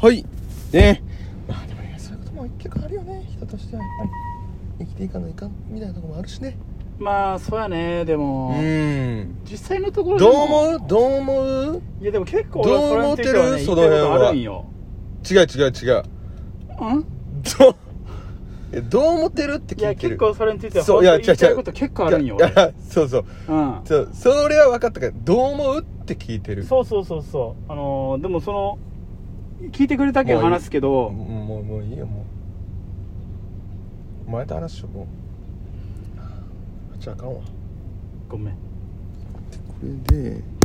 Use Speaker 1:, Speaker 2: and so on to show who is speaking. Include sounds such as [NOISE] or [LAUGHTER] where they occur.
Speaker 1: はいねまあでもねそういうことも結構あるよね人としてはやっぱり生きていかないかんみたいなとこもあるしね
Speaker 2: まあそうやねで
Speaker 1: う
Speaker 2: も、
Speaker 1: ーん
Speaker 2: 実際のところで
Speaker 1: どう
Speaker 2: も
Speaker 1: 思うどう思う
Speaker 2: いやでも結構俺は
Speaker 1: どう思ってる
Speaker 2: それについて
Speaker 1: そ
Speaker 2: はね
Speaker 1: の辺は
Speaker 2: 言いたいことあるんよ
Speaker 1: 違う違う違う
Speaker 2: うん
Speaker 1: どうえどう [LAUGHS] 思ってるって
Speaker 2: い
Speaker 1: 聞
Speaker 2: や
Speaker 1: いてる
Speaker 2: 結構それについては
Speaker 1: そういや
Speaker 2: 本当に言いたいこと結構あるんよ
Speaker 1: いや
Speaker 2: 俺
Speaker 1: いやそうそう
Speaker 2: うん
Speaker 1: そうそれは分かったからどう思うって聞いてる
Speaker 2: そうそうそうそうあのーでもその聞いてくれたけん
Speaker 1: もういい
Speaker 2: 話すけ
Speaker 1: もう
Speaker 2: ど
Speaker 1: もうもういいよもうお前と話しとこうあじゃああかんわ
Speaker 2: ごめ
Speaker 1: で
Speaker 2: ん
Speaker 1: これで